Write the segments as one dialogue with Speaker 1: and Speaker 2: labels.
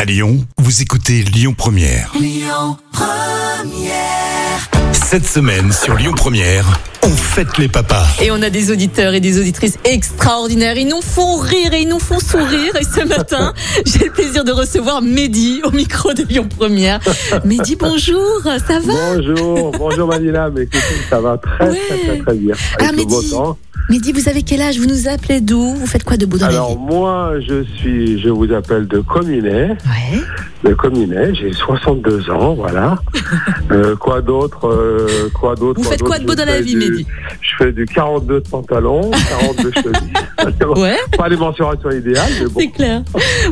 Speaker 1: À Lyon, vous écoutez Lyon Première. Cette semaine sur Lyon Première, on fête les papas.
Speaker 2: Et on a des auditeurs et des auditrices extraordinaires. Ils nous font rire et ils nous font sourire. Et ce matin, j'ai le plaisir de recevoir Mehdi au micro de Lyon Première. Mehdi, bonjour, ça va
Speaker 3: Bonjour, bonjour Manila, mais écoutez, ça va très très très très bien.
Speaker 2: Ah,
Speaker 3: Avec le beau
Speaker 2: Mehdi.
Speaker 3: temps.
Speaker 2: Mehdi, vous avez quel âge Vous nous appelez d'où Vous faites quoi de beau dans
Speaker 3: Alors moi, je suis, je vous appelle de
Speaker 2: la
Speaker 3: Cominet,
Speaker 2: vie Ouais.
Speaker 3: de Cominet. J'ai 62 ans, voilà. Euh, quoi d'autre euh, Quoi d'autre
Speaker 2: Vous faites quoi
Speaker 3: d'autre
Speaker 2: de beau
Speaker 3: Je
Speaker 2: dans la
Speaker 3: fais
Speaker 2: vie,
Speaker 3: du-
Speaker 2: Mehdi
Speaker 3: Je fais du 42 de pantalon, 42 de chevilles.
Speaker 2: Ouais,
Speaker 3: Pas les mensurations idéales, mais bon.
Speaker 2: c'est clair.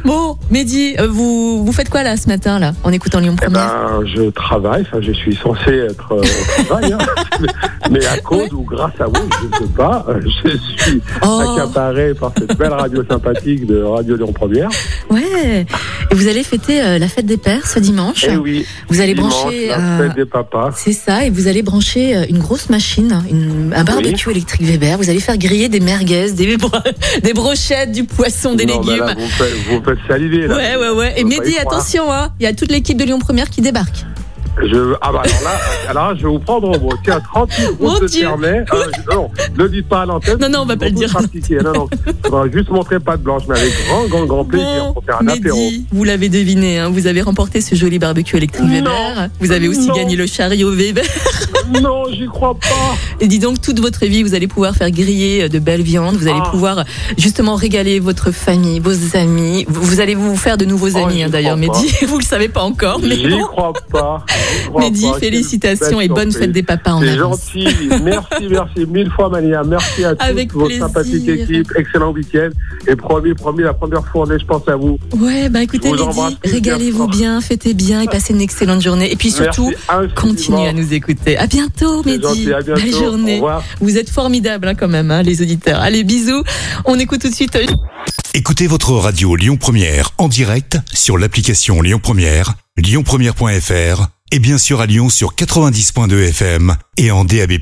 Speaker 2: Bon, Mehdi, euh, vous, vous faites quoi là ce matin là en écoutant Lyon
Speaker 3: Eh
Speaker 2: Première
Speaker 3: ben, je travaille, enfin, je suis censé être euh, au travail, hein. mais, mais à cause ou grâce à vous, je ne sais pas, euh, je suis
Speaker 2: Oh,
Speaker 3: accaparé par cette belle radio sympathique de Radio Lyon Première.
Speaker 2: ouais. Et vous allez fêter euh, la fête des pères ce dimanche.
Speaker 3: Eh oui.
Speaker 2: Vous allez
Speaker 3: dimanche,
Speaker 2: brancher,
Speaker 3: La
Speaker 2: euh,
Speaker 3: fête des papas.
Speaker 2: C'est ça, et vous allez brancher euh, une grosse machine, une- un barbecue électrique Weber. Vous allez faire griller des merguez, des, bro- des brochettes, du poisson, des
Speaker 3: Non, mais
Speaker 2: légumes.
Speaker 3: là, vous faites, vous faites saliver. Là.
Speaker 2: ouais, ouais, ouais. Et
Speaker 3: On va pas
Speaker 2: Mehdi,
Speaker 3: y croire.
Speaker 2: attention, hein, il y a toute l'équipe de Lyon Première qui débarque.
Speaker 3: Je, ah bah alors là, alors là, je vais vous prendre au mot. Tiens, 30
Speaker 2: Mon
Speaker 3: secondes de
Speaker 2: Dieu.
Speaker 3: permet. Euh, je- non, ne dites pas à l'antenne.
Speaker 2: Non, non, on va pas le dire.
Speaker 3: Pratiquer. Non, non. On va juste montrer pas de blanche, mais avec grand, grand, grand plaisir
Speaker 2: Bon,
Speaker 3: pour faire un apéro.
Speaker 2: Mehdi, vous l'avez deviné, hein, vous avez remporté ce joli barbecue électrique
Speaker 3: Non.
Speaker 2: Weber. Vous avez aussi
Speaker 3: Non.
Speaker 2: gagné le chariot Weber.
Speaker 3: Non, j'y crois pas.
Speaker 2: Et dis donc, toute votre vie, vous allez pouvoir faire griller euh, de belles viandes. Vous allez
Speaker 3: Ah.
Speaker 2: pouvoir euh, justement régaler votre famille, vos amis. Vous, vous allez vous faire de nouveaux
Speaker 3: Oh,
Speaker 2: amis,
Speaker 3: j'y
Speaker 2: hein, d'ailleurs,
Speaker 3: crois
Speaker 2: Mehdi. Vous le savez pas encore, Oh, mais
Speaker 3: J'y
Speaker 2: bon.
Speaker 3: crois pas. J'y crois
Speaker 2: Mehdi,
Speaker 3: pas. Quelle
Speaker 2: félicitations
Speaker 3: belle
Speaker 2: et bonne
Speaker 3: surprise.
Speaker 2: fête des papas en
Speaker 3: C'est
Speaker 2: avance.
Speaker 3: gentil. Merci, merci. Mille fois, Mania. Merci à tous.
Speaker 2: Avec
Speaker 3: votre
Speaker 2: plaisir.
Speaker 3: sympathique équipe. Excellent week-end. Et promis, promis, la première fournée, je pense à vous.
Speaker 2: Ouais, bah écoutez,
Speaker 3: Je vous
Speaker 2: Mehdi,
Speaker 3: embrasse,
Speaker 2: régalez-vous
Speaker 3: fort.
Speaker 2: bien, fêtez bien et passez une excellente journée. Et puis surtout,
Speaker 3: merci infiniment.
Speaker 2: continuez à nous écouter. À bientôt,
Speaker 3: C'est
Speaker 2: Mehdi.
Speaker 3: gentil. À bientôt.
Speaker 2: Belle
Speaker 3: Au
Speaker 2: journée.
Speaker 3: revoir.
Speaker 2: Vous êtes formidables hein, quand même, hein, les auditeurs. Allez, bisous. On écoute tout de suite. euh,
Speaker 1: Écoutez votre radio Lyon Première en direct sur l'application Lyon Première, lyonpremière.fr et bien sûr à Lyon sur 90.2 FM et en DAB+.